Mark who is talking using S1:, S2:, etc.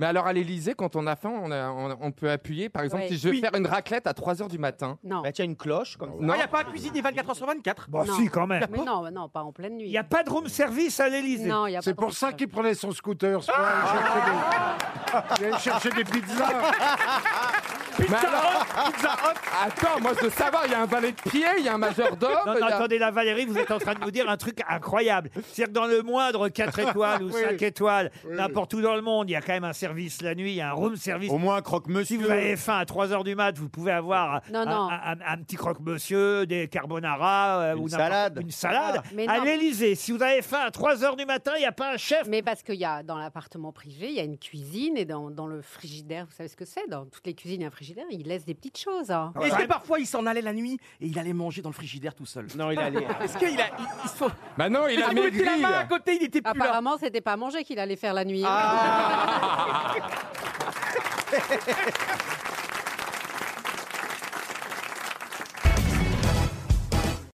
S1: Mais alors à l'Elysée, quand on a faim, on, a- on- on peut appuyer. Par exemple,
S2: Ouais.
S1: si je veux
S3: Oui.
S1: faire une raclette à 3 heures du matin.
S2: Non.
S3: Bah, tiens, une cloche comme ça.
S1: Non.
S3: Il n'y a pas de cuisine des 24 h sur 24.
S4: Bah
S2: Non.
S4: si, quand même.
S2: Mais non, non, pas en pleine nuit.
S4: Il n'y a pas de room service à l'Elysée.
S2: Non, il y a
S5: C'est
S2: pas
S5: pour
S2: de-
S5: ça qu'il prenait son scooter. c'est pour aller chercher des- Il allait chercher des pizzas.
S1: Mais alors- Attends, moi je veux savoir, il y a un valet de pied, il y a un majordome.
S4: Non,
S1: il y
S4: non,
S1: a-
S4: attendez, là, Valérie, vous êtes en train de nous dire un truc incroyable. C'est-à-dire que dans le moindre 4 étoiles ou 5 étoiles, n'importe où dans le monde, il y a quand même un service la nuit, il y a un room service.
S6: Au moins,
S4: Si
S6: croque-monsieur.
S4: vous avez faim à 3 heures du mat, vous pouvez avoir un-
S2: Non,
S4: un,
S2: non.
S4: un- un- un petit croque-monsieur, des carbonara, euh,
S6: Une
S4: ou n'importe-
S6: salade.
S4: Une salade.
S2: Mais
S4: à
S2: non.
S4: l'Elysée, si vous avez faim à 3 heures du matin, il n'y a pas un chef.
S2: Mais parce qu'il y a dans l'appartement privé, il y a une cuisine et dans, dans le frigidaire, vous savez ce que c'est Dans toutes les cuisines, il y a un frigidaire, ils laissent des petites choses. hein.
S3: Est-ce que parfois il s'en allait la nuit et il allait manger dans le frigidaire tout seul
S4: Non, il allait.
S3: Est-ce qu'il a. Il, il se-
S1: Bah non, il
S3: Il
S1: a
S3: a mis
S1: maigri.
S3: la main à côté, il
S2: Ah,
S3: était plus Ah, là.
S2: Apparemment, c'était pas à manger qu'il allait faire la nuit.